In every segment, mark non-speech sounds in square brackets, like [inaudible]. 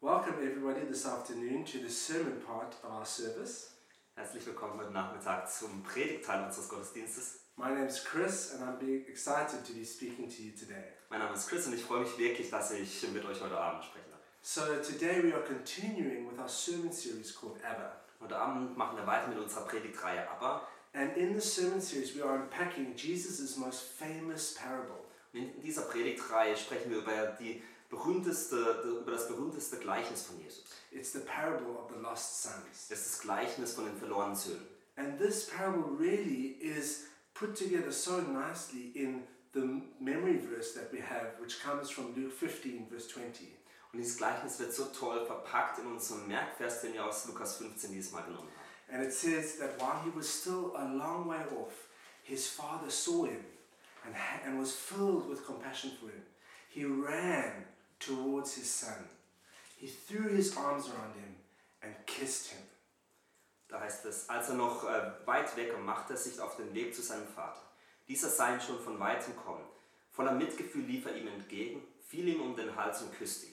Welcome, everybody, this afternoon to the sermon part of our service. Herzlich willkommen heute Nachmittag zum Predigtteil unseres Gottesdienstes. My name's Chris, and I'm being excited to be speaking to you today. Mein Name ist Chris und ich freue mich wirklich, dass ich mit euch heute Abend sprechen darf. So, today we are continuing with our sermon series called Abba. Heute Abend machen wir weiter mit unserer Predigtreihe Aber. And in this sermon series, we are unpacking Jesus' most famous parable. Und in dieser Predigtreihe sprechen wir über, die berühmteste, über das berühmteste Gleichnis von Jesus. It's the parable of the lost sons. Es ist das Gleichnis von den verlorenen Söhnen. And this parable really is put together so nicely in the memory verse that we have, which comes from Luke 15, verse 20. Und dieses Gleichnis wird so toll verpackt in unserem Merkvers, den wir aus Lukas 15 dieses Mal genommen haben. And it says that while he was still a long way off, his father saw him and, ha- and was filled with compassion for him. He ran towards his son. He threw his arms around him and kissed him. Da heißt es, als er noch äh, weit weg war, machte er sich auf den Weg zu seinem Vater. Dieser sah ihn schon von weitem kommen. Voller Mitgefühl lief er ihm entgegen, fiel ihm um den Hals und küsste ihn.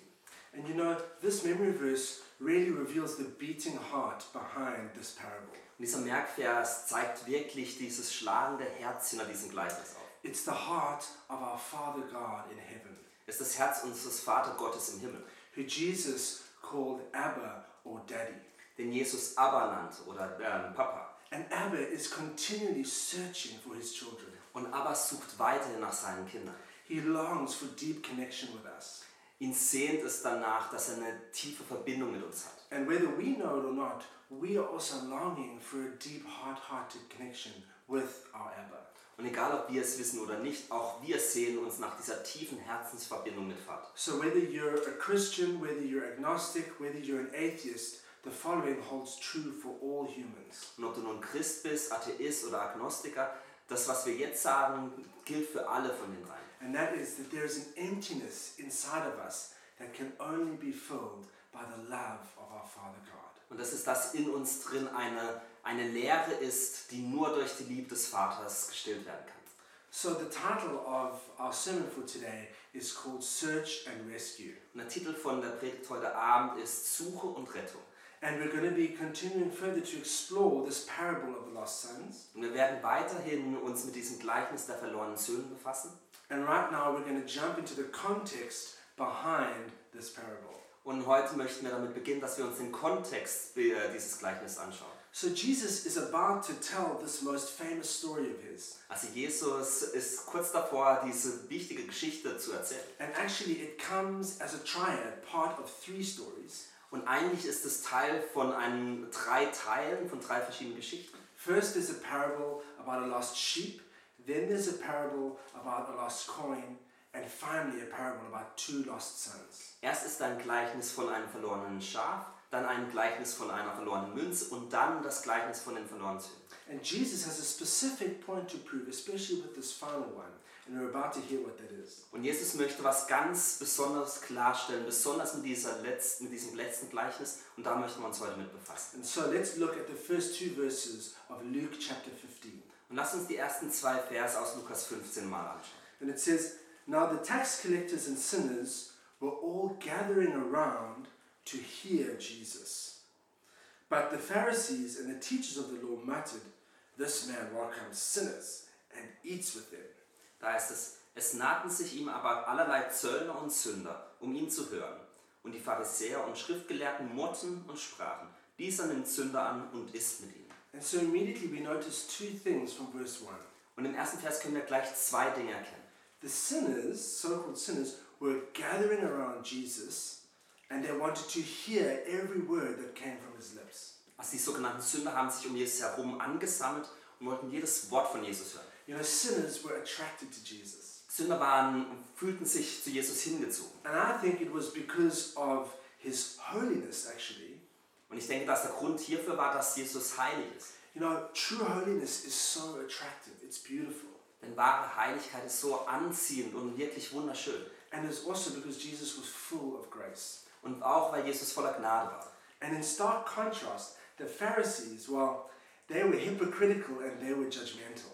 And you know, this memory verse really reveals the beating heart behind this parable. Und dieser Merkvers zeigt wirklich dieses schlagende Herz hinter diesem Gleichnis auf. It's the heart of our Father God in heaven, Es ist das Herz unseres Vatergottes im Himmel, who Jesus called Abba or Daddy. den Jesus Abba nannte oder ähm, Papa. And Abba is continually searching for his children. Und Abba sucht weiterhin nach seinen Kindern. He longs for deep connection with us. Ihn sehnt es danach, dass er eine tiefe Verbindung mit uns hat. And whether we know it or not, we are also longing for a deep, heart hearted connection with our Abba. Und egal, ob wir es wissen oder nicht, auch wir sehen uns nach dieser tiefen Herzensverbindung mit Vater. So, whether you're a Christian, whether you're agnostic, whether you're an atheist, the following holds true for all humans. Und ob du nun Christ bist, Atheist oder Agnostiker, das, was wir jetzt sagen, gilt für alle von den dreien. And that is that there is an emptiness inside of us that can only be filled by the love of our Father God. Und das ist, dass in uns drin eine, eine Leere ist, die nur durch die Liebe des Vaters gestillt werden kann. So, the title of our sermon for today is called Search and Rescue. Und der Titel von der Predigt heute Abend ist Suche und Rettung. And we're going to be continuing further to explore this parable of the lost sons. Und wir werden weiterhin uns mit diesem Gleichnis der verlorenen Söhne befassen. And right now we're going to jump into the context behind this parable. Und heute möchten wir damit beginnen, dass wir uns den Kontext äh, dieses Gleichnisses anschauen. So Jesus is about to tell this most famous story of his. Also Jesus ist kurz davor, diese wichtige Geschichte zu erzählen. And actually it comes as a triad, part of three stories. Und eigentlich ist es Teil von einem drei Teilen, von drei verschiedenen Geschichten. First there's a parable about a lost sheep, then there's a parable about a lost coin, and finally a parable about two lost sons. Erst ist ein Gleichnis von einem verlorenen Schaf, dann ein Gleichnis von einer verlorenen Münze und dann das Gleichnis von den verlorenen Söhnen. And Jesus has a specific point to prove, especially with this final one. And we're about to hear what that is. Und Jesus möchte was ganz besonders klarstellen, besonders mit, dieser letzten, mit diesem letzten Gleichnis und da möchten wir uns heute mit befassen. And so let's look at the first two verses of Luke chapter 15. Und lasst uns die ersten zwei Verse aus Lukas 15 mal anschauen. And it says, Now the tax collectors and sinners were all gathering around to hear Jesus. But the Pharisees and the teachers of the law muttered, This man welcomes sinners and eats with them. Da heißt es, es nahten sich ihm aber allerlei Zöllner und Sünder, um ihn zu hören. Und die Pharisäer und Schriftgelehrten murrten und sprachen, dieser nimmt Sünder an und isst mit ihm. And so immediately we notice two things from verse 1. Und im ersten Vers können wir gleich zwei Dinge erkennen. The sinners, so called sinners, were gathering around Jesus and they wanted to hear every word that came from his lips. Also die sogenannten Sünder haben sich um Jesus herum angesammelt und wollten jedes Wort von Jesus hören. You know, sinners were attracted to Jesus. Sünder waren, fühlten sich zu Jesus hingezogen. And I think it was because of his holiness, actually. Und ich denke, dass der Grund hierfür war, dass Jesus heilig ist. You know, true holiness is so attractive, it's beautiful. Denn wahre Heiligkeit ist so anziehend und wirklich wunderschön. And it's also because Jesus was full of grace. Und auch, weil Jesus voller Gnade war. And in stark contrast, the Pharisees, well, they were hypocritical and they were judgmental.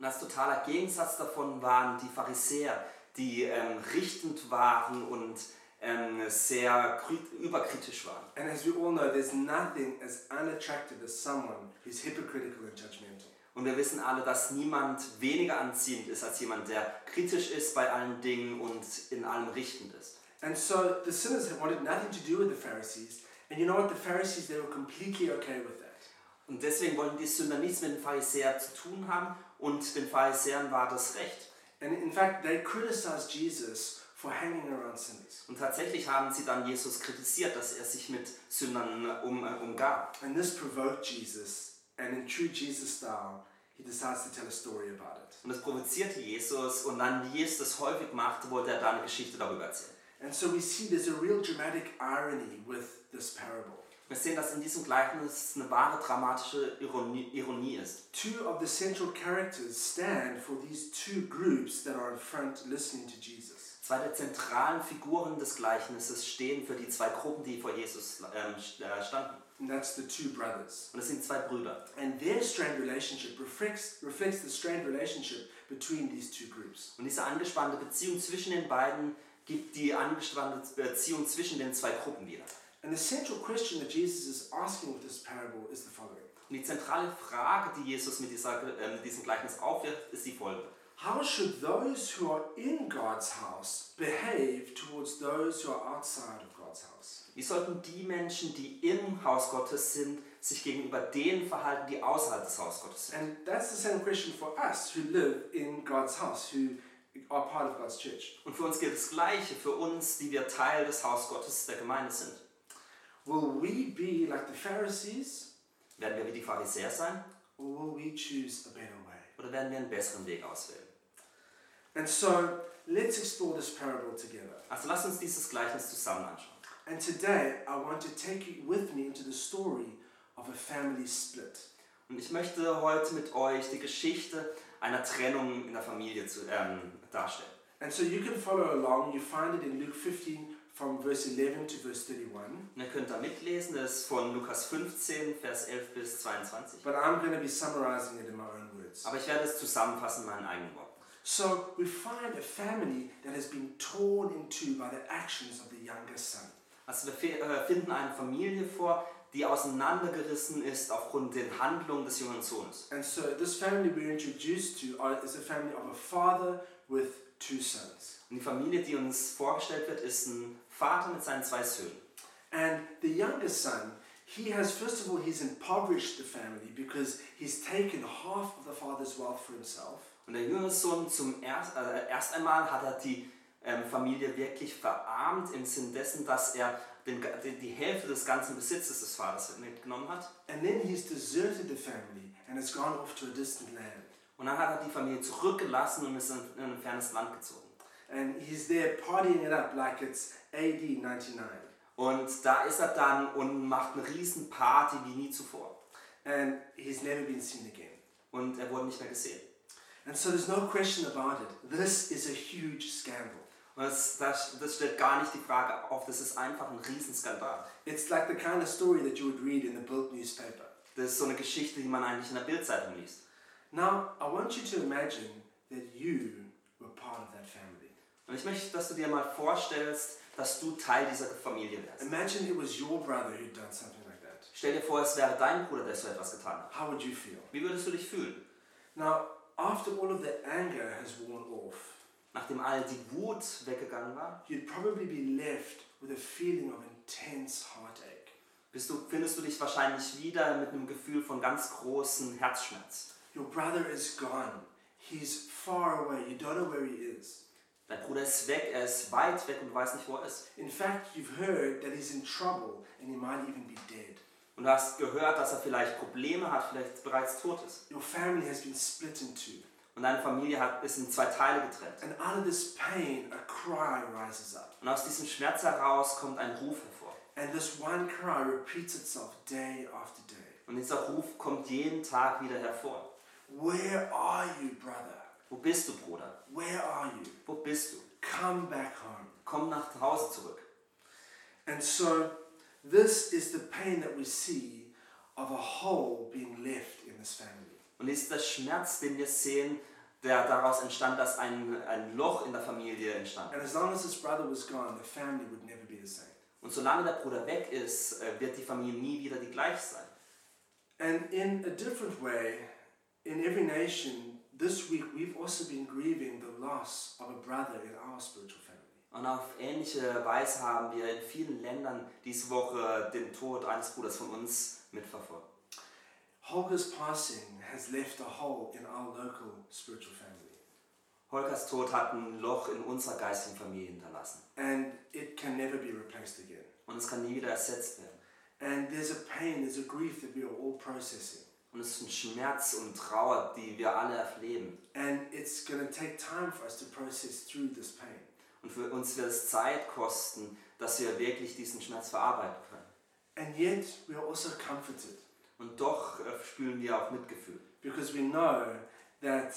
Und als totaler Gegensatz davon waren die Pharisäer, die ähm, richtend waren und ähm, sehr krit- überkritisch waren. And as we all know, there's nothing as unattractive as someone who's hypocritical and judgmental. Und wir wissen alle, dass niemand weniger anziehend ist als jemand, der kritisch ist bei allen Dingen und in allem richtend ist. And so the sinners had wanted nothing to do with the Pharisees. And you know what? The Pharisees, they were completely okay with that. Und deswegen wollten die Sünder nichts mit den Pharisäern zu tun haben und den Pharisäern war das recht. And in fact, they criticized Jesus for hanging around sinners. Und tatsächlich haben sie dann Jesus kritisiert, dass er sich mit Sündern um, äh, umgab. And this provoked Jesus. And in true Jesus style, he decides to tell a story about it. Und das provozierte Jesus und dann, wie Jesus das häufig machte, wollte er da eine Geschichte darüber erzählen. And so we see there's a real dramatic irony with this parable. Wir sehen, dass in diesem Gleichnis eine wahre dramatische Ironie, Ironie ist. Two of the central characters stand for these two groups that are in front listening to Jesus. Zwei der zentralen Figuren des Gleichnisses stehen für die zwei Gruppen, die vor Jesus ähm, st- äh, standen. And that's the two brothers. Und es sind zwei Brüder. And their strained relationship reflects, reflects the strained relationship between these two groups. Und diese angespannte Beziehung zwischen den beiden gibt die angespannte Beziehung zwischen den zwei Gruppen wieder. And the central question that Jesus is asking with this parable is the following Und die zentrale Frage, die Jesus mit, dieser, äh, mit diesem Gleichnis aufwirft, ist die folgende. How should those who are in God's house behave towards those who are outside of God's house? Wie sollten die Menschen, die im Haus Gottes sind, sich gegenüber denen verhalten, die außerhalb des Haus Gottes sind? And that's the same question for us who live in God's house, who are part of God's church. Und für uns gilt das Gleiche, für uns, die wir Teil des Haus Gottes der Gemeinde sind. Will we be like the Pharisees Werden wir wie die Pharisäer sein or will we choose a better way? oder werden wir einen besseren Weg auswählen? And so let's explore this parable together. Also lasst uns dieses Gleichnis zusammen anschauen. And today I want to take you with me into the story of a family split. Und ich möchte heute mit euch die Geschichte einer Trennung in der Familie zu, ähm, darstellen. And so you can follow along. You find it in Luke 15 from verse 11 to verse 31. Und ihr könnt da mitlesen, das ist von Lukas 15, Vers 11 bis 22. But I'm going to be summarizing it in my own words. Aber ich werde es zusammenfassen in meinen eigenen Worten. So we find a family that has been torn in two by the actions of the younger son. Also wir fe- äh, finden eine Familie vor, die auseinandergerissen ist aufgrund den Handlungen des jungen Sohnes. And so this family we're introduced to are, is a family of a father with two sons. Und die Familie, die uns vorgestellt wird, ist ein Vater mit seinen zwei Söhnen. And the younger son, he has, first of all, he's impoverished the family because he's taken half of the father's wealth for himself. Und der jüngere Sohn zum erst, äh, erst einmal hat er die ähm, Familie wirklich verarmt im Sinn dessen, dass er den, ga- die die Hälfte des ganzen Besitzes des Vaters mitgenommen hat. And then he's deserted the family and has gone off to a distant land. Und dann hat er die Familie zurückgelassen und ist in, in ein fernes Land gezogen. And he's there partying it up like it's AD 99. Und da ist er dann und macht eine riesen Party wie nie zuvor. And he's never been seen again. Und er wurde nicht mehr gesehen. And so there's no question about it. This is a huge scandal. Und das, das, das stellt gar nicht die Frage auf, das ist einfach ein Riesenskandal. It's like the kind of story that you would read in the Bild newspaper. Das ist so eine Geschichte, die man eigentlich in der Bildzeitung liest. Now, I want you to imagine that you were part of that family. Und ich möchte, dass du dir mal vorstellst, dass du Teil dieser Familie wärst. Imagine it was your brother who'd done something like that. Stell dir vor, es wäre dein Bruder, der so etwas getan hat. How would you feel? Wie würdest du dich fühlen? Now, after all of the anger has worn off, Nachdem all die Wut weggegangen war, you'd probably be left with a feeling of intense heartache. bist du, findest du dich wahrscheinlich wieder mit einem Gefühl von ganz großem Herzschmerz. Your brother is gone. He's far away. You don't know where he is. Dein Bruder ist weg, er ist weit weg und du weißt nicht, wo er ist. In fact, you've heard that he's in trouble and he might even be dead. Und du hast gehört, dass er vielleicht Probleme hat, vielleicht bereits tot ist. Your family has been split in two. Und deine Familie hat, ist in zwei Teile getrennt. And out of this pain, a cry rises up. Und aus diesem Schmerz heraus kommt ein Ruf hervor. And this one cry repeats itself day after day. Und dieser Ruf kommt jeden Tag wieder hervor. Where are you, brother? Wo bist du, Bruder? Where are you? Wo bist du? Come back home. Komm nach Hause zurück. And so, this is the pain that we see of a hole being left in this family. Und es ist der Schmerz, den wir sehen, der daraus entstand, dass ein, ein Loch in der Familie entstand. And as long as his brother was gone, the family would never be the same. Und solange der Bruder weg ist, äh, wird die Familie nie wieder die gleich sein. And in a different way, in every nation, this week we've also been grieving the loss of a brother in our spiritual family. Und auf ähnliche Weise haben wir in vielen Ländern diese Woche den Tod eines Bruders von uns mitverfolgt. Holger's passing has left a hole in our local spiritual family. Holgers Tod hat ein Loch in unserer geistigen Familie hinterlassen. And it can never be replaced again. Und es kann nie wieder ersetzt werden. And there's a pain, there's a grief that we are all processing. Und es ist ein Schmerz und Trauer, die wir alle erleben. And it's going to take time for us to process through this pain. Und für uns wird es Zeit kosten, dass wir wirklich diesen Schmerz verarbeiten können. And yet we are also comforted Und doch äh, spüren wir auch Mitgefühl. because we know that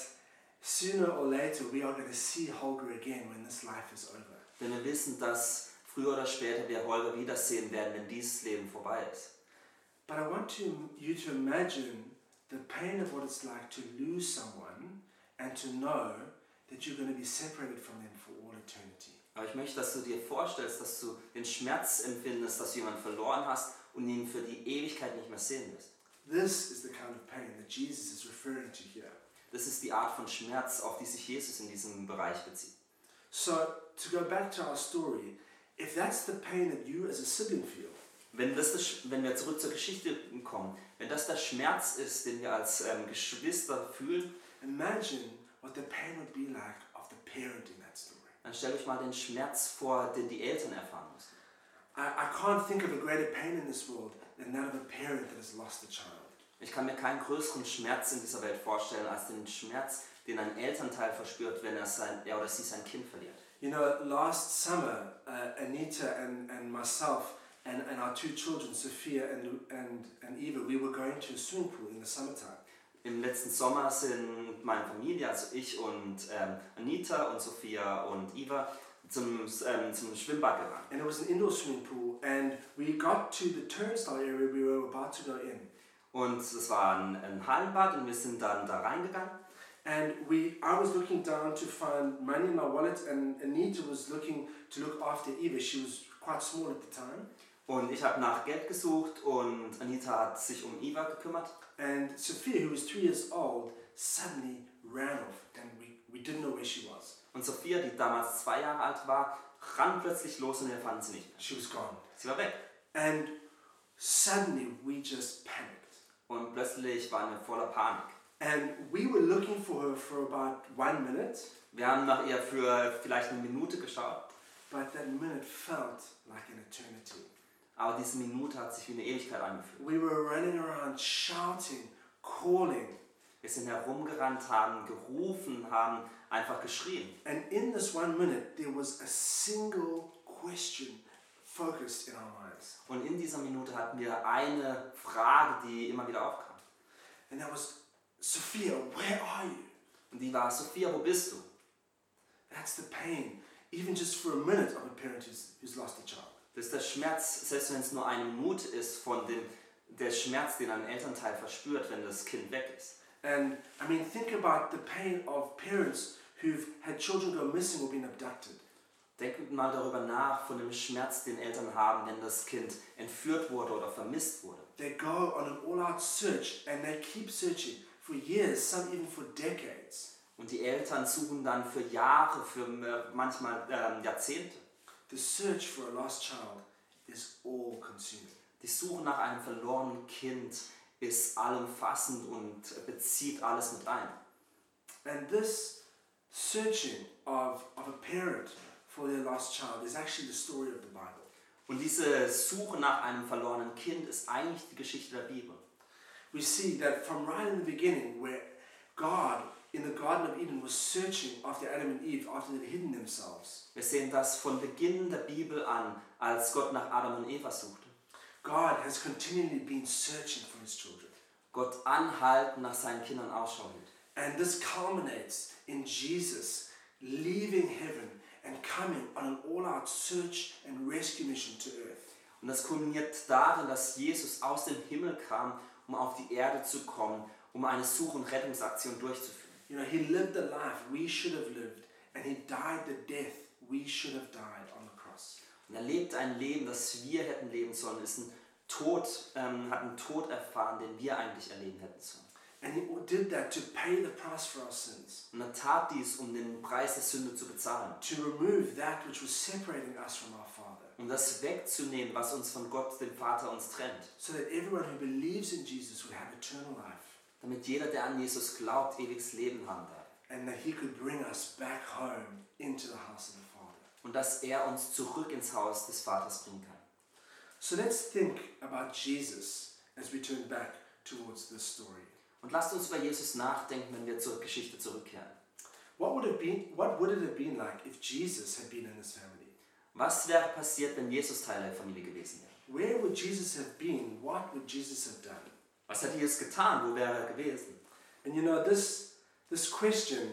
sooner or later we are going to see Holger again when this life is over. Denn wir wissen, dass früher oder später wir Holger wiedersehen werden, wenn dieses Leben vorbei ist. But I want to, you to imagine the pain of what it's like to lose someone and to know that you're going to be separated from them for all eternity. Aber ich möchte, dass du dir vorstellst, dass du den Schmerz empfindest, dass du jemanden verloren hast und ihn für die Ewigkeit nicht mehr sehen wirst. This is the kind of pain that Jesus is referring to here. Das ist die Art von Schmerz, auf die sich Jesus in diesem Bereich bezieht. So, to go back to our story, if that's the pain that you as a sibling feel, Wenn, das das, Sch- wenn wir zurück zur Geschichte kommen, wenn das der Schmerz ist, den wir als ähm, Geschwister fühlen, imagine what the pain would be like of the parent in that story. dann stell euch mal den Schmerz vor, den die Eltern erfahren müssen. I, I can't think of a greater pain in this world than that of a parent that has lost a child. Ich kann mir keinen größeren Schmerz in dieser Welt vorstellen, als den Schmerz, den ein Elternteil verspürt, wenn er, sein, er oder sie sein Kind verliert. You know, last summer, uh, Anita and, and myself and, and our two children, Sophia and, and, and Eva, we were going to a swimming pool in the summertime. Im letzten Sommer sind meine Familie, also ich und ähm, Anita und Sophia und Iva, zum, ähm, zum Schwimmbad gegangen. And it was an indoor swimming pool, and we got to the turnstile area we were about to go in. Und es war ein, ein Hallenbad und wir sind dann da reingegangen. And we, I was looking down to find money in my wallet, and Anita was looking to look after Eva. She was quite small at the time. Und ich habe nach Geld gesucht und Anita hat sich um Iva gekümmert. And Sophia, who was three years old, suddenly ran off, and we, we didn't know where she was. Und Sophia, die damals zwei Jahre alt war, ran plötzlich los und wir fanden sie nicht. mehr. She was gone. Sie war weg. And suddenly we just panicked. Und plötzlich waren wir voller Panik. And we were looking for her for about one minute, Wir haben nach ihr für vielleicht eine Minute geschaut, but that minute felt like an eternity. aber diese Minute hat sich wie eine Ewigkeit angefühlt. We were running around shouting, calling, Wir sind herumgerannt, haben gerufen, haben einfach geschrien. and in this one minute there was a single question focused in our minds. Und in dieser Minute hatten wir eine Frage, die immer wieder aufkam. And that was, Sophia, where are you? Und die war, Sophia, wo bist du? That's the pain, even just for a minute, of a parent who's, who's lost a child. Das ist der Schmerz, selbst wenn es nur eine Minute ist, von dem, der Schmerz, den ein Elternteil verspürt, wenn das Kind weg ist. And I mean, think about the pain of parents who've had children go missing or been abducted. Denkt mal darüber nach, von dem Schmerz, den Eltern haben, wenn das Kind entführt wurde oder vermisst wurde. They go on an all out search and they keep searching for years, some even for decades. Und die Eltern suchen dann für Jahre, für äh, manchmal ähm, Jahrzehnte. The search for a lost child is all consuming. Die Suche nach einem verlorenen Kind ist allumfassend und bezieht alles mit ein. And this searching of, of a parent for their lost child is actually the story of the Bible. Und diese Suche nach einem verlorenen Kind ist eigentlich die Geschichte der Bibel. We see that from right in the beginning, where God in the Garden of Eden was searching after Adam and Eve after they'd hidden themselves. Wir sehen das von Beginn der Bibel an, als Gott nach Adam und Eva suchte. God has continually been searching for his children. Gott anhalten nach seinen Kindern Ausschau hielt. And this culminates in Jesus leaving heaven and coming on an all out search and rescue mission to earth. Und das kulminiert darin, dass Jesus aus dem Himmel kam, um auf die Erde zu kommen, um eine Such- und Rettungsaktion durchzuführen. You know, he lived the life we should have lived, and he died the death we should have died on the cross. Und er lebt ein Leben, das wir hätten leben sollen, ist ein Tod, ähm, hat einen Tod erfahren, den wir eigentlich erleben hätten sollen. And he did that to pay the price for our sins, Und er tat dies, um den Preis der Sünde zu bezahlen, to remove that which was separating us from our Father, um das wegzunehmen, was uns von Gott, dem Vater, uns trennt, so that everyone who believes in Jesus would have eternal life, damit jeder, der an Jesus glaubt, ewiges Leben haben darf. and that he could bring us back home into the house of the Father. Und dass er uns zurück ins Haus des Vaters bringen kann. So let's think about Jesus as we turn back towards this story. Und lasst uns über Jesus nachdenken, wenn wir zur Geschichte zurückkehren. What would, have been, what would it have been like if Jesus had been in this family? Was wäre passiert, wenn Jesus Teil der Familie gewesen wäre? Where would Jesus have been? What would Jesus have done? Was hätte Jesus getan? Wo wäre er gewesen? And you know, this, this question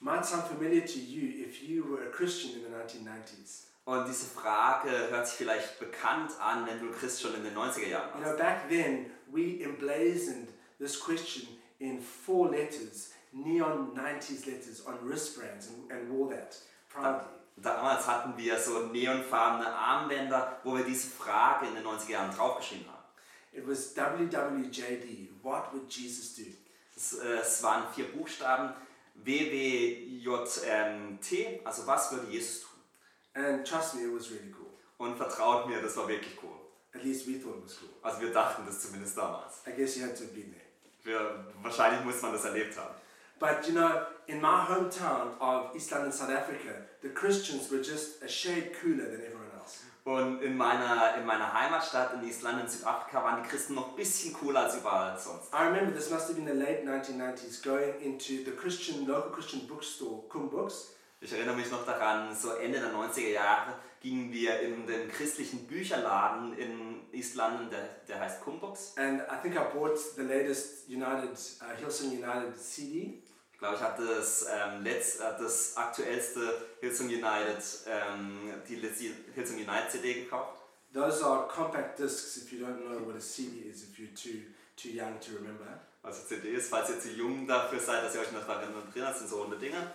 might sound familiar to you if you were a Christian in the 1990s. Und diese Frage hört sich vielleicht bekannt an, wenn du Christ schon in den 90er Jahren You warst. know, back then, we emblazoned this question in four letters, neon 90s letters on wristbands, and, and wore that proudly. Damals hatten wir so neonfarbene Armbänder, wo wir diese Frage in den 90er Jahren draufgeschrieben haben. It was WWJD. What would Jesus do? Es, äh, es waren vier Buchstaben, WWJT, also was würde Jesus tun? And trust me, it was really cool. Und vertraut mir, das war wirklich cool. At least we thought it was cool. Also wir dachten das zumindest damals. I guess you had to have been there. Wir, wahrscheinlich muss man das erlebt haben. But you know, in my hometown of East London, South Africa, the Christians were just a shade cooler than everyone else. Und in meiner, in meiner Heimatstadt in Island, in Südafrika, waren die Christen noch ein bisschen cooler als überall sonst. I remember this must have been the late 1990s, going into the Christian local Christian bookstore, Kum Books, Ich erinnere mich noch daran, so Ende der 90er Jahre gingen wir in den christlichen Bücherladen in Island, der, der heißt Kumbox. and I think I bought the latest United uh, Hillsong United CD. Ich glaube, ich hatte das, ähm, letzt, äh, das aktuellste Hillsong United, ähm, die letzte Hillsong United CD gekauft. Those are compact discs. If you don't know what a CD is, if you're too too young to remember. Also CDs, falls ihr zu jung dafür seid, dass ihr euch noch daran erinnert, sind so runde Dinge.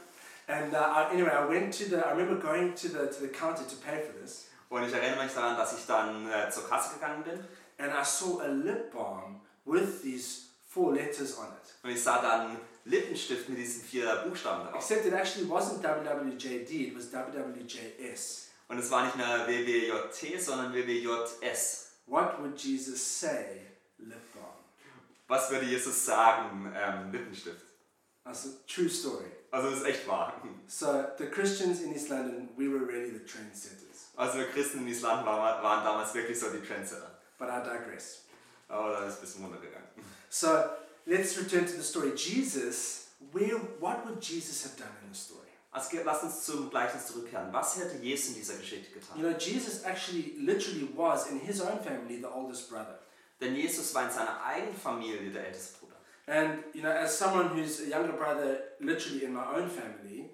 And uh, I, anyway, I went to the. I remember going to the to the counter to pay for this, Und ich erinnere mich daran, dass ich dann äh, zur Kasse gegangen bin. and I saw a lip balm with these four letters on it. Und ich sah dann Lippenstift mit diesen vier Buchstaben drauf. Except it actually wasn't WWJD; it was WWJS. Und es war nicht mehr WWJT, sondern WWJS. What would Jesus say? Lip balm. Was würde Jesus sagen, ähm, Lippenstift? That's a true story. Also das ist echt wahr. So the Christians in East London, we were really the trendsetters. Also wir Christen in Island waren, waren damals wirklich so die Trendsetter. But I digress. Aber dann ist es ein bisschen runtergegangen. So let's return to the story. Jesus, where? What would Jesus have done in the story? Also ge- lass uns zum Gleichnis zurückkehren. Was hätte Jesus in dieser Geschichte You getan? know, Jesus actually literally was in his own family the oldest brother. Denn Jesus war in seiner eigenen Familie der älteste Bruder. And you know, as someone who's a younger brother literally in my own family,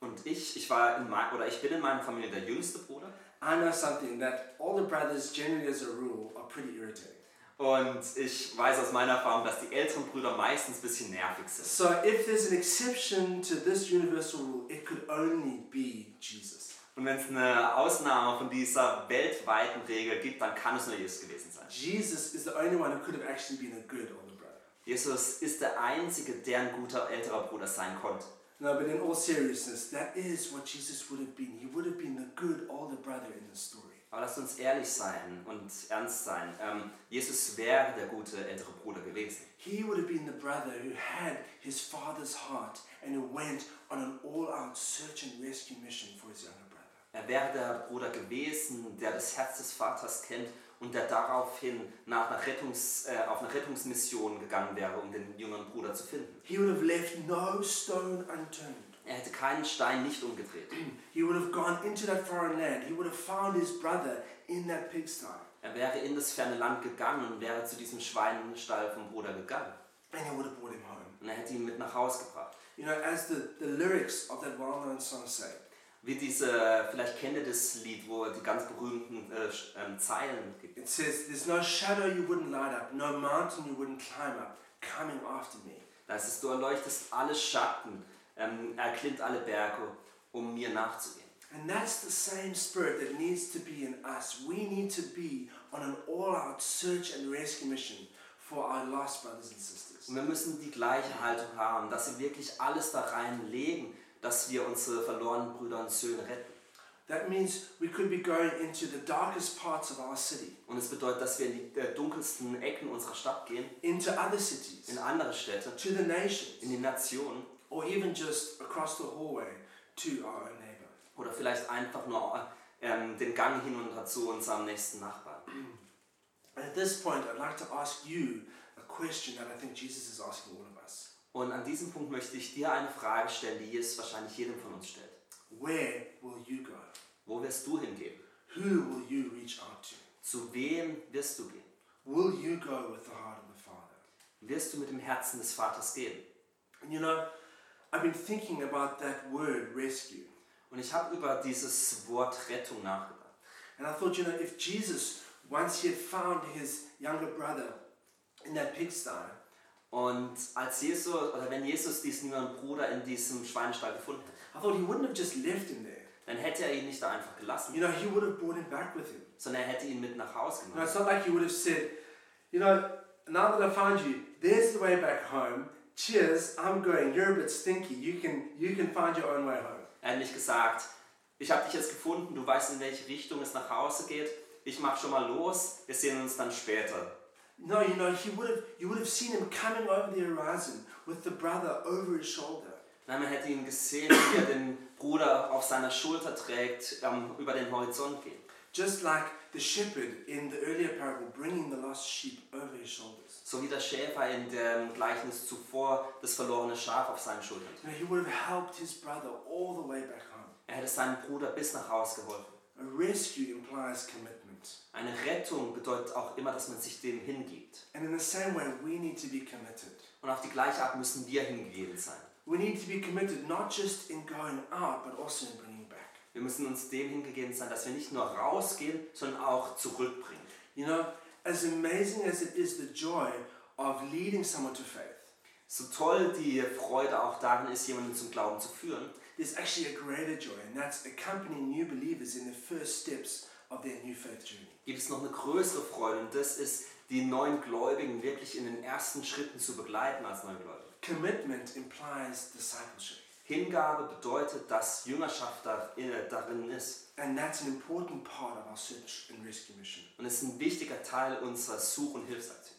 Und ich, ich war in mein, oder ich bin in meiner Familie der jüngste Bruder. I know something that older brothers generally as a rule are pretty irritating. Und ich weiß aus meiner Erfahrung, dass die älteren Brüder meistens ein bisschen nervig sind. So if there's an exception to this universal rule, it could only be Jesus. Und wenn es eine Ausnahme von dieser weltweiten Regel gibt, dann kann es nur Jesus gewesen sein. Jesus is the only one who could have actually been a good older brother. Jesus ist der Einzige, der ein guter älterer Bruder sein konnte. No, but in all seriousness, that is what Jesus would have been. He would have been the good older brother in the story. Aber lasst uns ehrlich sein und ernst sein. Ähm, Jesus wäre der gute ältere Bruder gewesen. He would have been the brother who had his father's heart and who went on an all out search and rescue mission for his younger brother. Er wäre der Bruder gewesen, der das Herz des Vaters kennt und der daraufhin nach einer Rettungs, äh, auf eine Rettungsmission gegangen wäre, um den jüngeren Bruder zu finden. He would have left no stone unturned. [clears throat] Er hätte keinen Stein nicht umgedreht. He would have gone into that foreign land. He would have found his brother in that pigsty. Er wäre in das ferne Land gegangen und wäre zu diesem Schweinestall vom Bruder gegangen. And he would have brought him home. Und er hätte ihn mit nach Hause gebracht. You know, as the, the lyrics of that well known song say, Wie diese, vielleicht kennt ihr das Lied, wo die ganz berühmten äh, Sch- ähm, Zeilen gibt. it says, There's no shadow you wouldn't light up, no mountain you wouldn't climb up, coming after me. Da heißt es, du erleuchtest alle Schatten, ähm, erklimmt alle Berge, um mir nachzugehen. And that's the same spirit that needs to be in us. We need to be on an all out search and rescue mission for our lost brothers and sisters. Und wir müssen die gleiche Haltung haben, dass wir wirklich alles da reinlegen, dass wir unsere verlorenen Brüder und Söhne retten. That means we could be going into the darkest parts of our city, Und es bedeutet, dass wir in die äh, dunkelsten Ecken unserer Stadt gehen, into other in cities, andere Städte, to the in nations, die Nationen or even just across the hallway to our own neighbor. oder vielleicht einfach nur ähm, den Gang hinunter zu unserem nächsten Nachbarn. And at this point, I'd like to ask you a question that I think Jesus is asking all of us. Und an diesem Punkt möchte ich dir eine Frage stellen, die Jesus wahrscheinlich jedem von uns stellt. Where will you go? Wo wirst du hingehen? Who will you reach out to? Zu wem wirst du gehen? Will you go with the heart of the Father? Wirst du mit dem Herzen des Vaters gehen? And you know, I've been thinking about that word rescue. Und ich habe über dieses Wort Rettung nachgedacht. And I thought, you know, if Jesus, once he had found his younger brother in that pigsty, Und als Jesus, oder wenn Jesus diesen jüngeren Bruder in diesem Schweinestall gefunden hätte, I thought he wouldn't have just left him there. dann hätte er ihn nicht da einfach gelassen, You know, he would have brought him back with him. sondern er hätte ihn mit nach Hause You know, genommen. it's not like he would have said, you know, now that I found you, there's the way back home. Cheers, I'm going. You're a bit stinky. You can you can find your own way home. Er hat nicht gesagt, ich habe dich jetzt gefunden, du weißt, in welche Richtung es nach Hause geht, ich mache schon mal los, wir sehen uns dann später. No, you know, he would have you would have seen him coming over the horizon with the brother over his shoulder. Nein, man hätte ihn gesehen, wie er den Bruder auf seiner Schulter trägt, ähm, über den Horizont geht. Just like the shepherd in the earlier parable bringing the lost sheep over his shoulders. So wie der Schäfer in dem Gleichnis zuvor das verlorene Schaf auf seinen Schultern. trägt. You know, he would have helped his brother all the way back home. Er hätte seinem Bruder bis nach Hause geholfen. A rescue implies commitment. Eine Rettung bedeutet auch immer, dass man sich dem hingibt. And in the same way, we need to be committed. Und auf die gleiche Art müssen wir hingegeben sein. We need to be committed not just in going out, but also in bringing back. Wir müssen uns dem hingegeben sein, dass wir nicht nur rausgehen, sondern auch zurückbringen. You know, as amazing as it is the joy of leading someone to faith, So toll die Freude auch darin ist, jemanden zum Glauben zu führen, there's actually a greater joy, and that's accompanying new believers in the first steps of their new faith journey. gibt es noch eine größere Freude und das ist, die neuen Gläubigen wirklich in den ersten Schritten zu begleiten als neue Gläubige. Commitment implies discipleship, Hingabe bedeutet, dass Jüngerschaft da- äh, darin ist and that's an important part of our search and rescue mission. und ist ein wichtiger Teil unserer Such- und Hilfsaktion.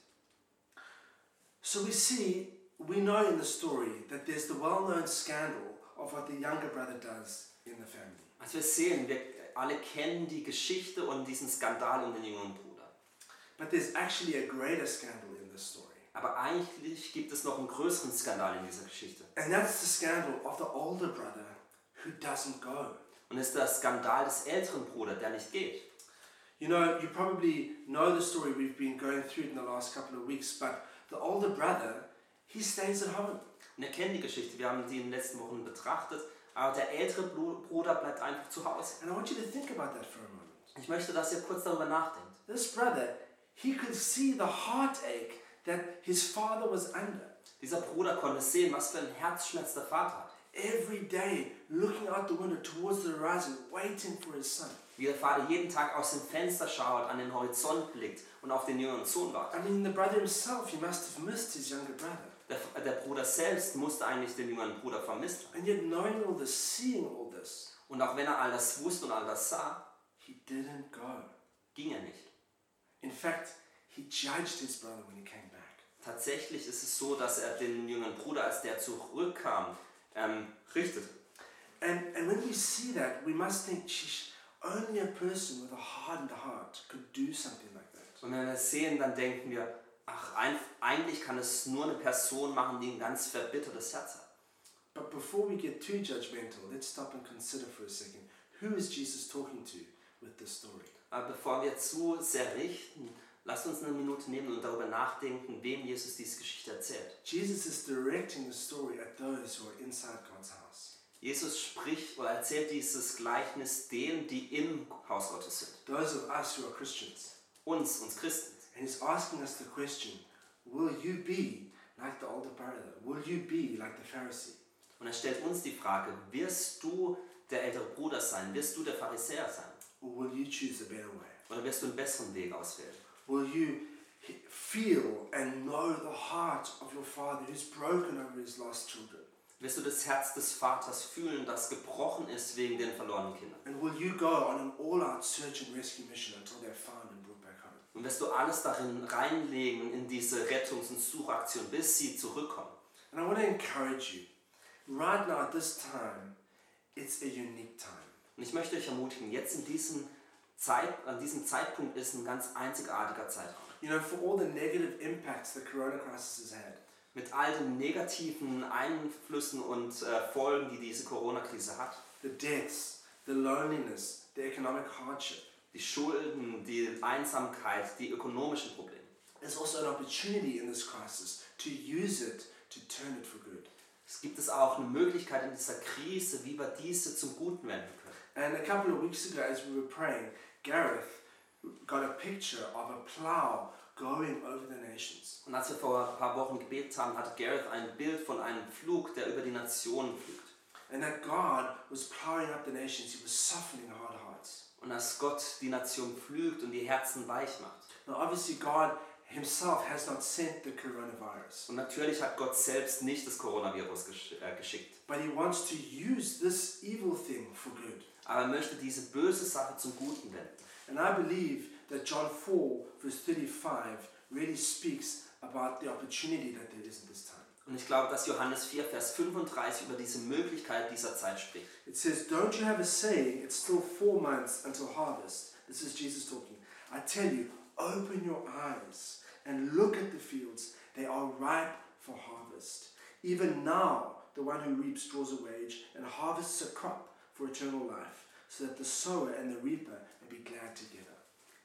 So we see, we know in the story that there's the well known scandal of what the younger brother does in the family. Als wir sehen, wir alle kennen die Geschichte und diesen Skandal um den jüngeren Bruder. But there's actually a greater scandal in this story. Aber eigentlich gibt es noch einen größeren Skandal in dieser Geschichte. And that's the scandal of the older brother who doesn't go. Und es ist der Skandal des älteren Bruders, der nicht geht. You know, you probably know the story we've been going through in the last couple of weeks, but the older brother, he stays at home. Und er kennt die Geschichte, wir haben die in den letzten Wochen betrachtet, aber der ältere Bru- Bruder bleibt einfach zu Hause. And I want you to think about that for a moment. Ich möchte, dass ihr kurz darüber nachdenkt. This brother, he could see the heartache that his father was under. Dieser Bruder konnte sehen, was für einen Herzschmerz der Vater hat. Every day, looking out the window towards the horizon, waiting for his son. Wie der Vater jeden Tag aus dem Fenster schaut, an den Horizont blickt und auf den jüngeren Sohn wartet. I mean, the brother himself, he must have missed his younger brother. Der, F- der Bruder selbst musste eigentlich den jüngeren Bruder vermisst haben. And yet, knowing all this, seeing all this, Und auch wenn er all das wusste und all das sah, he didn't go. ging er nicht. In fact, he judged his brother when he came back. Tatsächlich ist es so, dass er den jüngeren Bruder, als der zurückkam, ähm, richtet. And, and when we see that, we must think, sheesh, only a person with a hardened heart could do something like that. Und wenn wir das sehen, dann denken wir, ach, ein, eigentlich kann es nur eine Person machen, die ein ganz verbittertes Herz hat. But before we get too judgmental, let's stop and consider for a second who is Jesus talking to with this story? Aber bevor wir zu sehr richten, lasst uns eine Minute nehmen und darüber nachdenken, wem Jesus diese Geschichte erzählt. Jesus is directing the story at those who are inside God's house, Jesus spricht oder erzählt dieses Gleichnis denen, die im Haus Gottes sind. those of us who are Christians. Uns, uns Christen. And he's asking us the question will you be like the older brother? Will you be like the Pharisee? Und er stellt uns die Frage, wirst du der ältere Bruder sein? Wirst du der Pharisäer sein? Or will you choose a better way? Oder wirst du einen besseren Weg auswählen? Will you he- feel and know the heart of your father who's broken over his lost children? Wirst du das Herz des Vaters fühlen, das gebrochen ist wegen den verlorenen Kindern? And will you go on an all out search and rescue mission until they're found and brought back home? Und wirst du alles darin reinlegen, in diese Rettungs- und Suchaktion, bis sie zurückkommen? And I want to encourage you right now at this time, it's a unique time. Und ich möchte euch ermutigen, jetzt in diesem Zeit, an diesem Zeitpunkt ist ein ganz einzigartiger Zeitraum. You know, for all the negative impacts the corona crisis has had, Mit all den negativen Einflüssen und äh, Folgen, die diese Corona-Krise hat. the deaths, the loneliness, the economic hardship, Die Schulden, die Einsamkeit, die ökonomischen Probleme. there's also an opportunity in this crisis to use it to turn it for good. Es gibt es auch eine Möglichkeit in dieser Krise, wie wir diese zum Guten wenden können. And a couple of weeks ago, as we were praying, Gareth got a picture of a plow going over the nations. Und als wir vor ein paar Wochen gebetet haben, hat Gareth ein Bild von einem Flug, der über die Nationen fliegt. And that God was plowing up the nations, He was softening hard hearts. Und dass Gott die Nation pflügt und die Herzen weich macht. Now, obviously, God Himself has not sent the coronavirus, Und natürlich hat Gott selbst nicht das Coronavirus gesch äh, geschickt. but He wants to use this evil thing for good. Aber er möchte diese böse Sache zum Guten wenden. And I believe that John 4, verse 35, really speaks about the opportunity that there is at this time. Und ich glaube, dass Johannes 4, Vers 35 über diese Möglichkeit dieser Zeit spricht. It says, Don't you have a saying, it's still four months until harvest? This is Jesus talking. I tell you, open your eyes and look at the fields. They are ripe for harvest. Even now, the one who reaps draws a wage and harvests a crop for eternal life, so that the sower and the reaper may be glad together.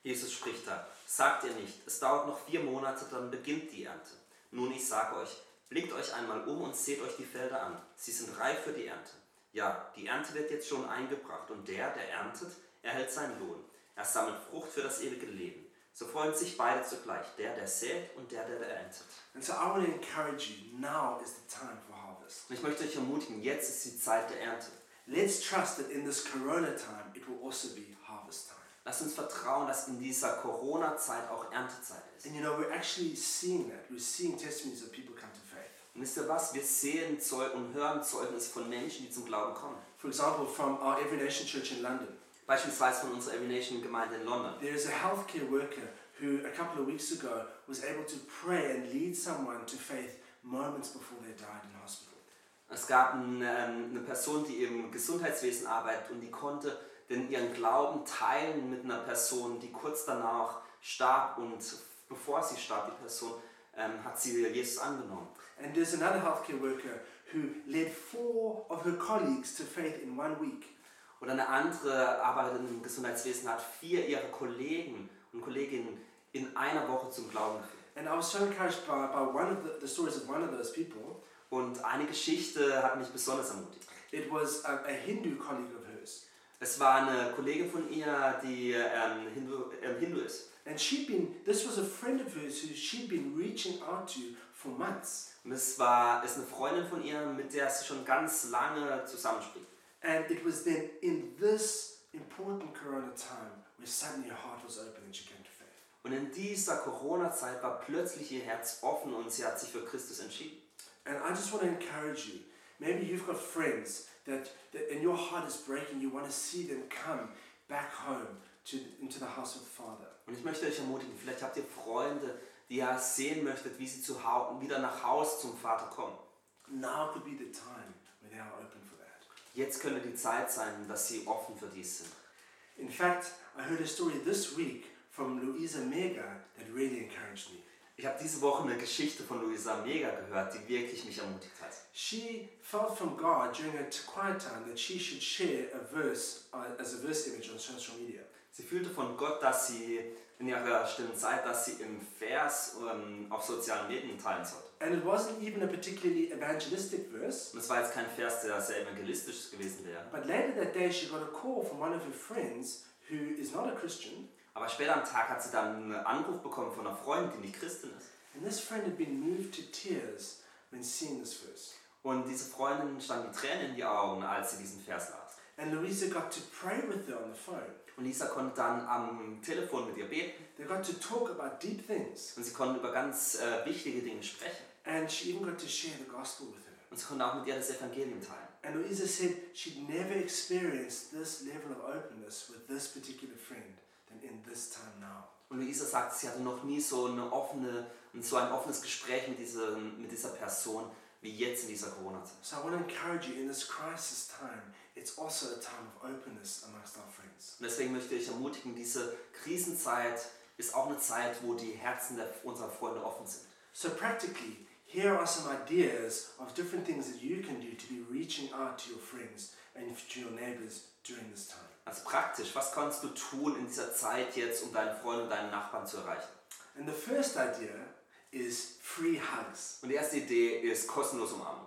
Jesus spricht da, sagt ihr nicht, es dauert noch vier Monate, dann beginnt die Ernte. Nun, ich sage euch, blickt euch einmal um und seht euch die Felder an. Sie sind reif für die Ernte. Ja, die Ernte wird jetzt schon eingebracht und der, der erntet, erhält seinen Lohn. Er sammelt Frucht für das ewige Leben. So freuen sich beide zugleich, der, der sät und der, der, der erntet. And so I want to encourage you now is the time for harvest. Und ich möchte euch ermutigen, jetzt ist die Zeit der Ernte. Let's trust that in this corona time, it will also be harvest time. Lasst uns vertrauen, dass in dieser Corona-Zeit auch Erntezeit ist. And you know, we're actually seeing that. We're seeing testimonies of people come to faith. Und wisst ihr was? Wir sehen Zeug und hören Zeugnis von Menschen, die zum Glauben kommen. For example, from our Every Nation Church in London, Beispielsweise von unserer Emination-Gemeinde in London. there is a healthcare worker who a couple of weeks ago was able to pray and lead someone to faith moments before they died in hospital. Es gab ein, ähm, eine Person, die im Gesundheitswesen arbeitet und die konnte denn ihren Glauben teilen mit einer Person, die kurz danach starb und bevor sie starb, die Person, ähm, hat sie Jesus angenommen. And there's another healthcare worker who led four of her colleagues to faith in one week. Oder eine andere Arbeiterin im Gesundheitswesen hat vier ihrer Kollegen und Kolleginnen in einer Woche zum Glauben geführt. And I was so encouraged by, by one of the, the stories of one of those people. Und eine Geschichte hat mich besonders ermutigt. It was a, a Hindu colleague of hers. Es war eine Kollegin von ihr, die ähm, Hindu, ähm, Hindu ist. And she'd been, this was a friend of hers who she'd been reaching out to for months. Und es war, ist eine Freundin von ihr, mit der sie schon ganz lange zusammenspielt. And it was then in this important corona time where suddenly her heart was open and she came to faith. Und in dieser Corona-Zeit war plötzlich ihr Herz offen und sie hat sich für Christus entschieden. And I just want to encourage you. Maybe you've got friends that, that and your heart is breaking, you want to see them come back home to, into the house of the Father. Und ich möchte euch ermutigen, vielleicht habt ihr Freunde, die ihr sehen möchtet, wie sie zu Hau wieder nach Haus zum Vater kommen. Now could be the time where they are open for that. Jetzt könnte die Zeit sein, dass sie offen für dies sind. In fact, I heard a story this week from Louisa Mega that really encouraged me. Ich habe diese Woche eine Geschichte von Luisa Mega gehört, die wirklich mich ermutigt hat. She felt from God during a t- quiet time that she should share a verse uh, as a verse image on social media. Sie fühlte von Gott, dass sie in ihrer stillen Zeit, dass sie im Vers ähm, auf sozialen Medien teilen sollte. And it wasn't even a particularly evangelistic verse, Und es war jetzt kein Vers, der sehr evangelistisch gewesen wäre. but later that day she got a call from one of her friends who is not a Christian Aber später am Tag hat sie dann einen Anruf bekommen von einer Freundin, die nicht Christin ist. And this friend had been moved to tears when seeing this verse. Und diese Freundin standen die Tränen in die Augen, als sie diesen Vers las. And Louisa got to pray with her on the phone. Und Lisa konnte dann am Telefon mit ihr beten They got to talk about deep things. und sie konnten über ganz äh, wichtige Dinge sprechen. And she even got to share the gospel with her. Und sie konnten auch mit ihr das Evangelium teilen. And Louisa said she'd never experienced this level of openness with this particular friend than in this time now. Und Luisa sagt, sie hatte noch nie so, eine offene, so ein offenes Gespräch mit dieser, mit dieser Person wie jetzt in dieser Corona-Zeit. So I want to encourage you in this crisis time, it's also a time of openness amongst our friends. Und deswegen möchte ich ermutigen, diese Krisenzeit ist auch eine Zeit, wo die Herzen der, unserer Freunde offen sind. So, practically, here are some ideas of different things that you can do to be reaching out to your friends and to your neighbors during this time. Also praktisch, was kannst du tun in dieser Zeit jetzt, um deine Freunde und deinen Nachbarn zu erreichen? And the first idea is free hugs. Und die erste Idee ist kostenlos umarmen.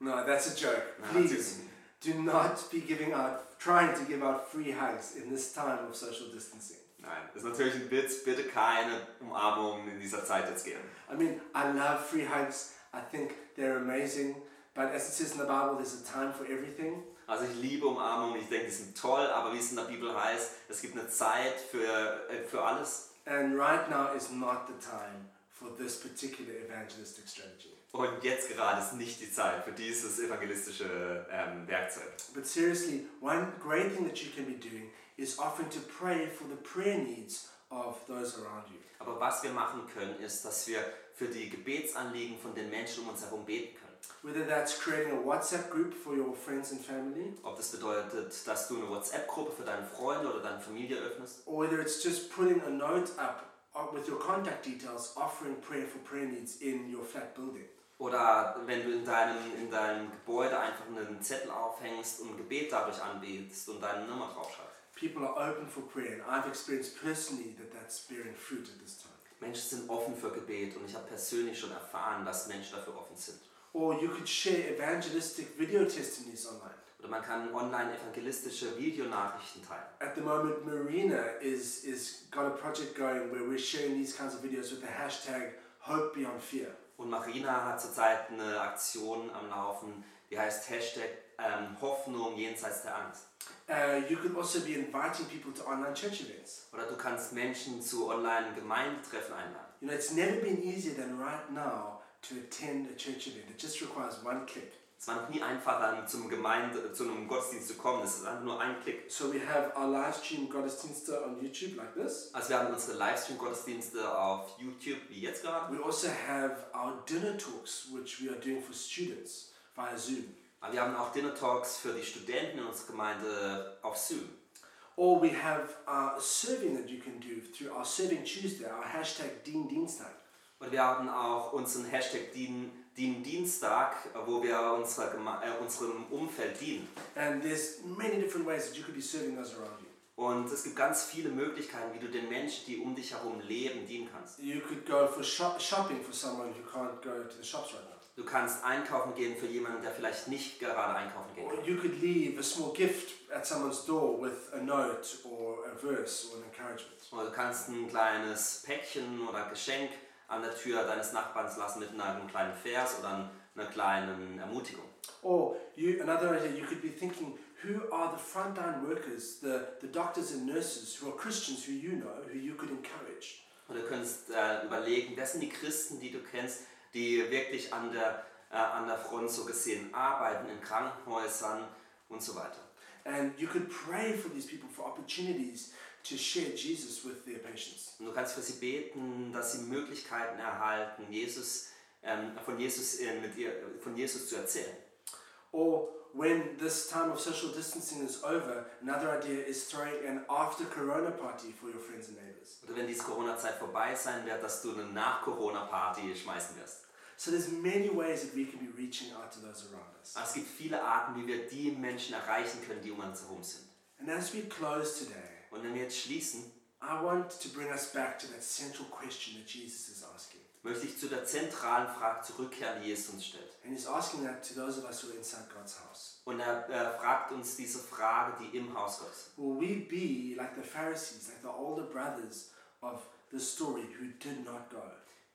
No, that's a joke. No, that's Please do not be giving out, trying to give out free hugs in this time of social distancing. Nein, das ist natürlich ein Witz. Bitte keine Umarmungen in dieser Zeit jetzt geben. I mean, I love free hugs. I think they're amazing. But as it says in the Bible, there's a time for everything. Also ich liebe Umarmungen, ich denke, die sind toll, aber wie es in der Bibel heißt, es gibt eine Zeit für, äh, für alles. And right now is not the time for this particular evangelistic strategy. Und jetzt gerade ist nicht die Zeit für dieses evangelistische ähm, Werkzeug. But seriously, one great thing that you can be doing is offering to pray for the prayer needs of those around you. Aber was wir machen können, ist, dass wir für die Gebetsanliegen von den Menschen um uns herum beten können. Whether that's creating a WhatsApp group for your friends and family, Ob das bedeutet, dass du eine WhatsApp-Gruppe für deine Freunde oder deine Familie öffnest or whether it's just putting a note up uh, with your contact details offering prayer for prayer needs in your flat building. oder wenn du in deinem, in deinem Gebäude einfach einen Zettel aufhängst und ein Gebet dadurch anbetest und deine Nummer draufschreibst. People are open for prayer, and I've experienced personally that that's bearing fruit at this time. Menschen sind offen für Gebet und ich habe persönlich schon erfahren, dass Menschen dafür offen sind. Or you could share evangelistic video testimonies online. Oder man kann online evangelistische Videonachrichten teilen. At the moment, Marina is is got a project going where we're sharing these kinds of videos with the hashtag Hope Beyond Fear. Und Marina hat zurzeit eine Aktion am Laufen, die heißt Hashtag ähm, Hoffnung jenseits der Angst. Uh, you could also be inviting people to online church events. Oder du kannst Menschen zu Online-Gemeindetreffen einladen. You know, it's never been easier than right now to attend a church event. It just requires one click. Es war noch nie einfacher, zum Gemeinde, äh, zu einem Gottesdienst zu kommen. Es ist einfach nur ein Klick. So we have our live stream Gottesdienste on YouTube like this. Also wir haben unsere Livestream-Gottesdienste auf YouTube, wie jetzt gerade. We also have our dinner talks, which we are doing for students via Zoom. Aber wir haben auch Dinner-Talks für die Studenten in unserer Gemeinde auf Zoom. Or we have uh, a serving that you can do through our Serving Tuesday, our hashtag Dean Dienstag. Und wir haben auch unseren Hashtag Dien, Dien Dienstag, wo wir unserer, Geme- äh, unserem Umfeld dienen. And there's many different ways that you could be serving those around you. Und es gibt ganz viele Möglichkeiten, wie du den Menschen, die um dich herum leben, dienen kannst. You could go for shop- shopping for someone who can't go to the shops right now. Du kannst einkaufen gehen für jemanden, der vielleicht nicht gerade einkaufen gehen Or kann. you could leave a small gift at someone's door with a note or a verse or an encouragement. Oder du kannst ein kleines Päckchen oder Geschenk an der Tür deines Nachbarns lassen mit einem kleinen Vers oder einer kleinen Ermutigung. Or you, another idea, you could be thinking, who are the frontline workers, the, the doctors and nurses who are Christians who you know, who you could encourage? Und du könntest äh, überlegen, wer sind die Christen, die du kennst, die wirklich an der, äh, an der Front so gesehen arbeiten, in Krankenhäusern und so weiter. And you could pray for these people for opportunities to share Jesus with their patients. Und du kannst für sie beten, dass sie Möglichkeiten erhalten, Jesus, ähm, von, Jesus äh, mit ihr, von Jesus zu erzählen. Or when this time of social distancing is over, another idea is throwing an after corona party for your friends and neighbors. Oder wenn diese Corona-Zeit vorbei sein wird, dass du eine Nach-Corona-Party schmeißen wirst. So there's many ways that we can be reaching out to those around us. Es gibt viele Arten, wie wir die Menschen erreichen können, die um uns herum sind. And as we close today, Und wenn wir jetzt schließen, I want to bring us back to that central question that Jesus is asking. möchte ich zu der zentralen Frage zurückkehren, die Jesus uns stellt. And he's asking that to those of us who are inside God's house. Und er äh, fragt uns diese Frage, die im Haus Gottes ist. Will we be like the Pharisees, like the older brothers of the story who did not go?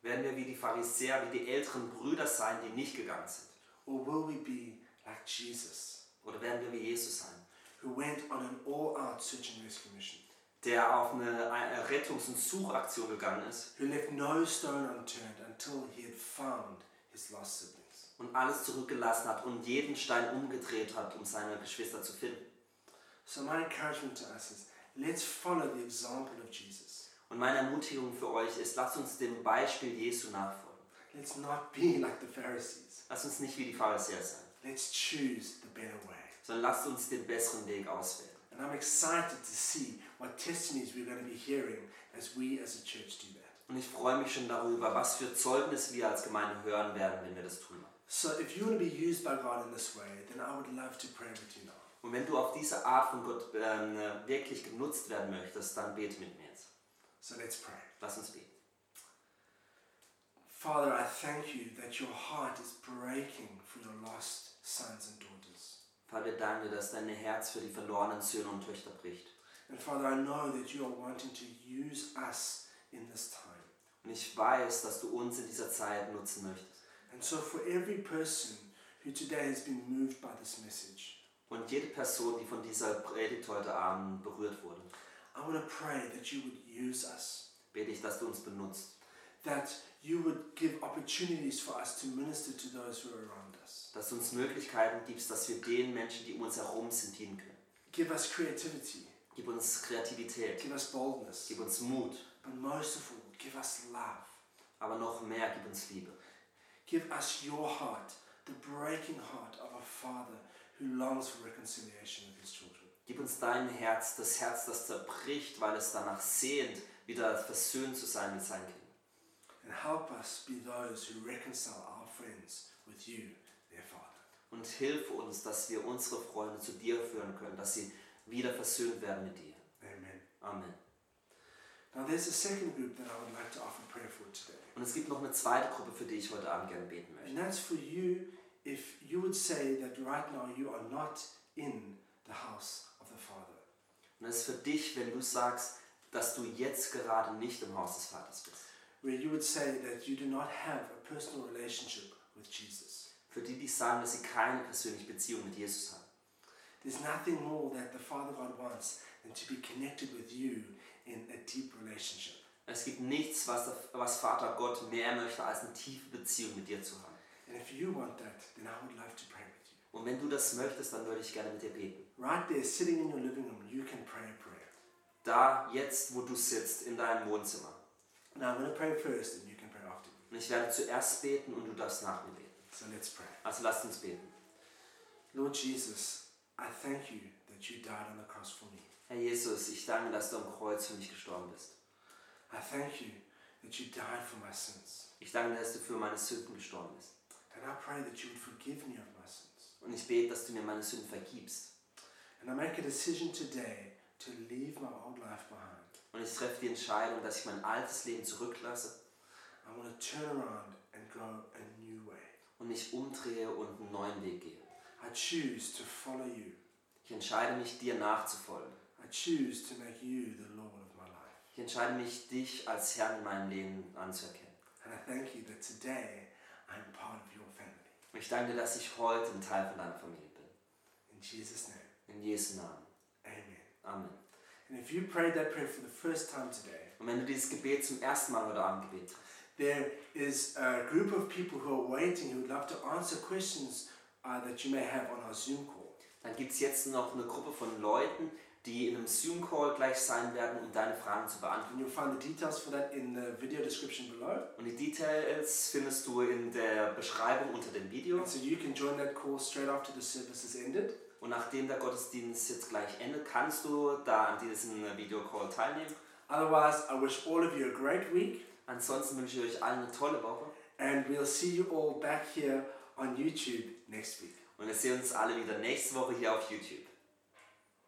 Werden wir wie die Pharisäer, wie die älteren Brüder sein, die nicht gegangen sind? Or will we be like Jesus, Oder werden wir wie Jesus sein, who went on an all out search and rescue mission, der auf eine eine Rettungs- und Suchaktion gegangen ist who left no stone unturned until he had found his lost siblings? und alles zurückgelassen hat und jeden Stein umgedreht hat, um seine Geschwister zu finden? So, my encouragement to us is let's follow the example of Jesus. Und meine Ermutigung für euch ist, lasst uns dem Beispiel Jesu nachfolgen. Let's not be [laughs] like the Pharisees. Lasst uns nicht wie die Pharisäer sein, Let's choose the better way. sondern lasst uns den besseren Weg auswählen. And I'm excited to see what testimonies we're going to be hearing as we as a church do that. Und ich freue mich schon darüber, was für Zeugnis wir als Gemeinde hören werden, wenn wir das tun. So if you want to be used by God in this way, then I would love to pray with you now. Und wenn du auf diese Art von Gott ähm, wirklich genutzt werden möchtest, dann bete mit mir jetzt. So let's pray. Lass uns beten. Father, I thank you that your heart is breaking for your lost sons and daughters. Vater, wir danken dir, dass dein Herz für die verlorenen Söhne und Töchter bricht. And Father, I know that you are wanting to use us in this time. Und ich weiß, dass du uns in dieser Zeit nutzen möchtest. And so for every person who today has been moved by this message, Und jede Person, die von dieser Predigt heute Abend berührt wurde, I want to pray that you would use us, bete ich, dass du uns benutzt. that you would give opportunities for us to minister to those who are around us. Dass du uns Möglichkeiten gibst, dass wir den Menschen, die um uns herum sind, dienen können. Give us creativity, Gib uns Kreativität, give us boldness, gib uns Mut, but most of all, give us love. aber noch mehr, gib uns Liebe. Give us your heart, the breaking heart of a father who longs for reconciliation with his children. Gib uns dein Herz, das Herz, das zerbricht, weil es danach sehnt, wieder versöhnt zu sein mit seinen Kindern. And help us be those who reconcile our friends with you, their father. Und hilf uns, dass wir unsere Freunde zu dir führen können, dass sie wieder versöhnt werden mit dir. Amen. Amen. Now, there's a second group that I would like to offer prayer for today. Und es gibt noch eine zweite Gruppe, für die ich heute Abend gerne beten möchte. And that's for you if you would say that right now you are not in the house of the Father. Und das ist für dich, wenn du sagst, dass du jetzt gerade nicht im Haus des Vaters bist. Where you would say that you do not have a personal relationship with Jesus. Für die, die sagen, dass sie keine persönliche Beziehung mit Jesus haben. There's nothing more that the Father God wants than to be connected with you in a deep relationship. Es gibt nichts, was, der- was Vater Gott mehr möchte, als eine tiefe Beziehung mit dir zu haben. And if you want that, then I would love to pray with you. Und wenn du das möchtest, dann würde ich gerne mit dir beten. Right there, sitting in your living room, you can pray a prayer. Da, jetzt, wo du sitzt, in deinem Wohnzimmer. And I'm going to pray first and you can pray after me. Und ich werde zuerst beten und du darfst nach mir beten. So let's pray. Also lasst uns beten. Lord Jesus, I thank you that you died on the cross for me. Herr Jesus, ich danke, dass du am Kreuz für mich gestorben bist. I thank you that you died for my sins. Ich danke, dass du für meine Sünden gestorben bist. And I pray that you would forgive me of my sins. Und ich bete, dass du mir meine Sünden vergibst. And I make a decision today to leave my old life behind. Und ich treffe die Entscheidung, dass ich mein altes Leben zurücklasse I want to turn around and go a new way. und mich umdrehe und einen neuen Weg gehe. I choose to follow you. Ich entscheide mich, dir nachzufolgen. I choose to make you the Lord of my life. Ich entscheide mich, dich als Herrn in meinem Leben anzuerkennen. And I thank you that today I'm part of your family. Und ich danke dir, dass ich heute ein Teil von deiner Familie bin. In Jesus' name, In Jesu Namen. amen. Amen. And if you prayed that prayer for the first time today, Und wenn du dieses Gebet zum ersten Mal heute Abend gebetet hast, There is a group of people who are waiting who would love to answer questions uh, that you may have on our Zoom call. dann gibt es jetzt noch eine Gruppe von Leuten, die in einem Zoom-Call gleich sein werden, um deine Fragen zu beantworten. And you'll find the details for that in the video description below. Und die Details findest du in der Beschreibung unter dem Video. And so you can join that call straight after the service is ended. Und nachdem der Gottesdienst jetzt gleich endet, kannst du da an diesem Videocall teilnehmen. Otherwise, I wish all of you a great week, Ansonsten wünsche ich euch allen eine tolle Woche and we'll see you all back here on YouTube next week. und wir sehen uns alle wieder nächste Woche hier auf YouTube.